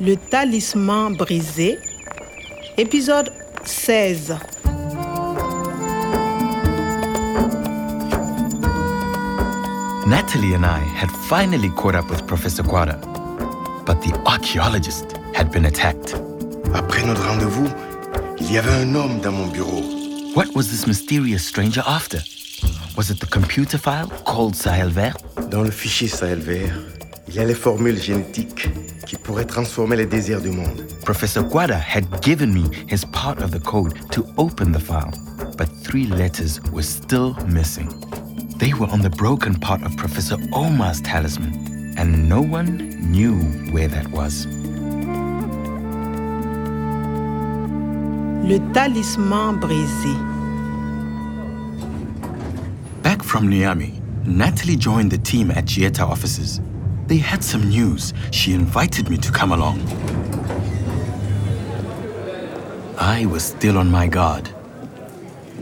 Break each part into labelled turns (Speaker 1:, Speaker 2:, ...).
Speaker 1: Le talisman brisé, épisode 16.
Speaker 2: Natalie and I had finally caught up with Professor Quada, but the archaeologist had been attacked.
Speaker 3: Après notre rendez-vous, il y avait un homme dans mon bureau.
Speaker 2: What was this mysterious stranger after? Was it the computer file called Sahel Vert?
Speaker 3: Dans le fichier Sahel vert, il y a les formules génétiques qui pourraient transformer les désirs du monde.
Speaker 2: Professor Quada had given me his part of the code to open the file, but three letters were still missing. They were on the broken part of Professor Omar's talisman, and no one knew where that was.
Speaker 1: Le talisman brisé.
Speaker 2: Back from Niamey, Natalie joined the team at Gieta offices. They had some news. She invited me to come along. I was still on my guard.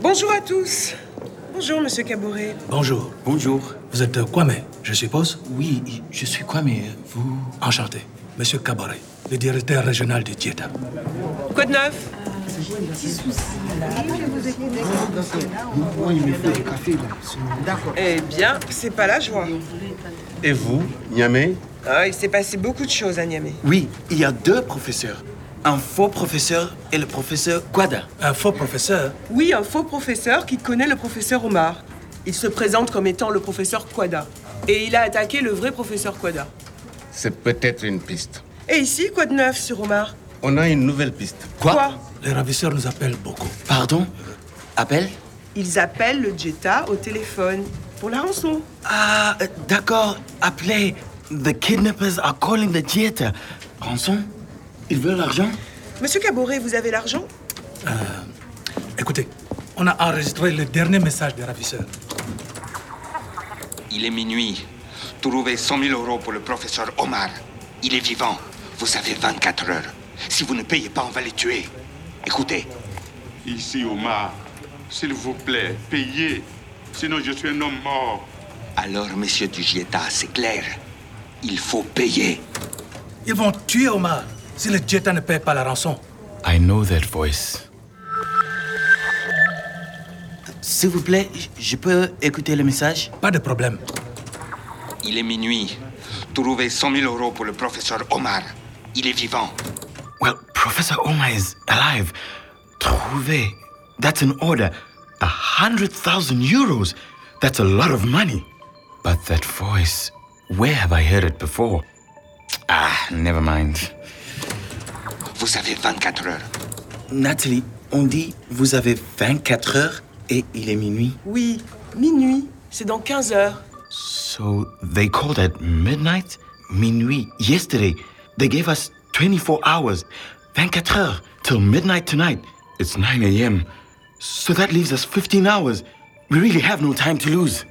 Speaker 4: Bonjour à tous. Bonjour, monsieur Cabouret.
Speaker 5: Bonjour.
Speaker 2: Bonjour.
Speaker 5: Vous êtes Kwame, je suppose
Speaker 2: Oui, je suis Kwame. Vous
Speaker 5: Enchanté. Monsieur Cabaret, le directeur régional de Dieta.
Speaker 4: Code 9. Eh bien, c'est pas la joie.
Speaker 6: Et vous, Niamey
Speaker 4: Ah, il s'est passé beaucoup de choses à Niamey.
Speaker 6: Oui, il y a deux professeurs. Un faux professeur et le professeur Quada.
Speaker 5: Un faux professeur
Speaker 4: Oui, un faux professeur qui connaît le professeur Omar. Il se présente comme étant le professeur Quada. Et il a attaqué le vrai professeur Quada.
Speaker 7: C'est peut-être une piste.
Speaker 4: Et ici, Code 9 sur Omar.
Speaker 7: On a une nouvelle piste.
Speaker 5: Les ravisseurs nous appellent beaucoup.
Speaker 6: Pardon Appel
Speaker 4: Ils appellent le Jetta au téléphone pour la rançon.
Speaker 2: Ah, euh, d'accord. Appelez. The kidnappers are calling the theater. Rançon Ils veulent l'argent
Speaker 4: Monsieur Cabouret, vous avez l'argent
Speaker 5: Écoutez, on a enregistré le dernier message des ravisseurs.
Speaker 8: Il est minuit. Trouvez 100 000 euros pour le professeur Omar. Il est vivant. Vous avez 24 heures. Si vous ne payez pas, on va les tuer. Écoutez,
Speaker 9: Ici, Omar, s'il vous plaît, payez. Sinon, je suis un homme mort.
Speaker 8: alors, monsieur Dugieta, c'est clair. Il faut payer.
Speaker 5: Ils vont tuer Omar si le Dieta ne paye pas la rançon.
Speaker 2: I know that voice.
Speaker 6: S'il vous plaît, j- je peux écouter le message
Speaker 5: Pas de problème.
Speaker 8: Il est minuit. Trouvez 100 000 euros pour le professeur Omar. Il est vivant.
Speaker 2: Well, Professor Omar is alive. Trouvé. That's an order. A hundred thousand euros. That's a lot of money. But that voice, where have I heard it before? Ah, never mind.
Speaker 8: Vous avez 24 heures.
Speaker 6: Nathalie, on dit vous avez 24 heures et il est minuit.
Speaker 4: Oui, minuit. C'est dans 15 heures.
Speaker 2: So they called at midnight? Minuit. Yesterday, they gave us 24 hours. 24 heures. Till midnight tonight. It's 9 a.m. So that leaves us 15 hours. We really have no time to lose.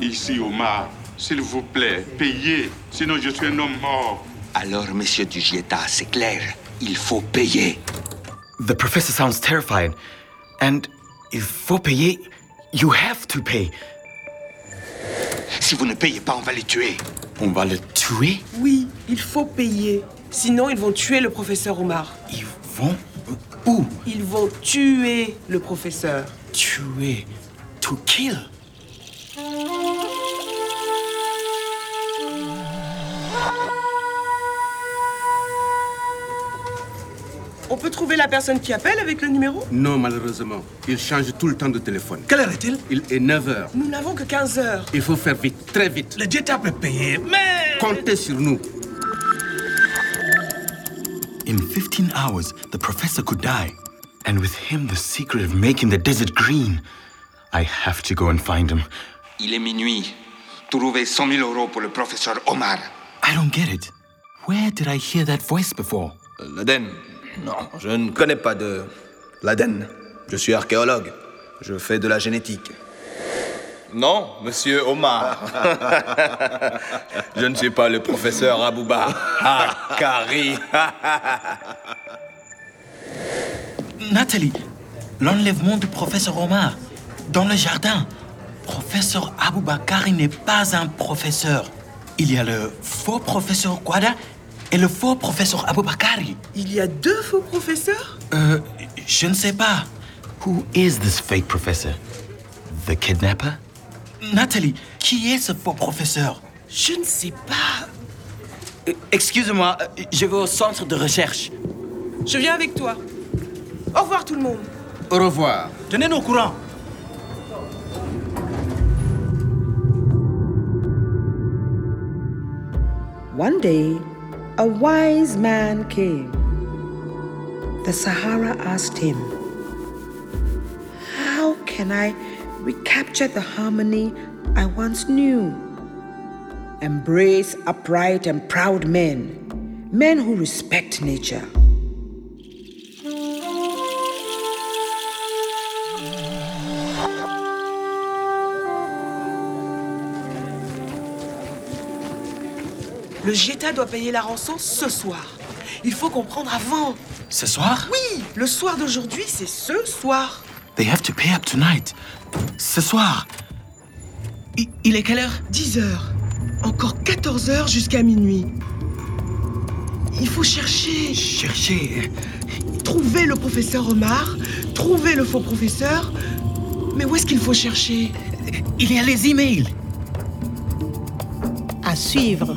Speaker 9: Ici, Omar, s'il vous plaît, payez. Sinon, je suis un homme mort.
Speaker 8: Alors, monsieur Dugieta, c'est clair. Il faut payer.
Speaker 2: The professor sounds terrified. And if for payer, you have to pay.
Speaker 8: Si vous ne payez pas, on va les tuer.
Speaker 2: On va le tuer?
Speaker 4: Oui, il faut payer. Sinon, ils vont tuer le professeur Omar.
Speaker 2: Ils vont où?
Speaker 4: Ils vont tuer le professeur.
Speaker 2: Tuer. To kill.
Speaker 4: On peut trouver la personne qui appelle avec le numéro
Speaker 10: Non, malheureusement. Il change tout le temps de téléphone.
Speaker 5: Quelle heure est-il
Speaker 10: Il est 9 h
Speaker 4: Nous n'avons que 15 heures.
Speaker 10: Il faut faire vite, très vite.
Speaker 5: Le Dieta peut payer, mais.
Speaker 10: Comptez sur nous.
Speaker 2: In 15 hours, the professor could die. And with him, the secret of making the desert green. I have to go and find him.
Speaker 8: Il est minuit. Trouvez 100 000 euros pour le professeur Omar.
Speaker 2: I don't get it. Where did I hear that voice before?
Speaker 11: L'Aden Non, je ne connais pas de l'Aden. Je suis archéologue. Je fais de la génétique. Non, monsieur Omar. je ne suis pas le professeur Abouba. Ah, Kari.
Speaker 6: Nathalie, l'enlèvement du professeur Omar dans le jardin. Professeur Aboubakari n'est pas un professeur. Il y a le faux professeur Quada et le faux professeur Aboubakari.
Speaker 4: Il y a deux faux professeurs
Speaker 2: Euh, je ne sais pas. Who is this fake professor? The kidnapper?
Speaker 6: Nathalie, qui est ce faux professeur
Speaker 4: Je ne sais pas.
Speaker 6: Euh, Excuse-moi, euh, je vais au centre de recherche.
Speaker 4: Je viens avec toi. Au revoir tout le monde.
Speaker 10: Au revoir.
Speaker 5: Tenez-nous au courant.
Speaker 12: One day, a wise man came. The Sahara asked him, How can I recapture the harmony I once knew? Embrace upright and proud men, men who respect nature.
Speaker 4: Le Jetta doit payer la rançon ce soir. Il faut comprendre avant.
Speaker 2: Ce soir?
Speaker 4: Oui, le soir d'aujourd'hui, c'est ce soir.
Speaker 2: They have to pay up tonight. Ce soir. I- il est quelle heure?
Speaker 4: 10 heures. Encore 14 heures jusqu'à minuit. Il faut chercher.
Speaker 2: Cherchez.
Speaker 4: Trouver le professeur Omar, trouver le faux professeur. Mais où est-ce qu'il faut chercher
Speaker 2: Il y a les emails.
Speaker 1: À suivre.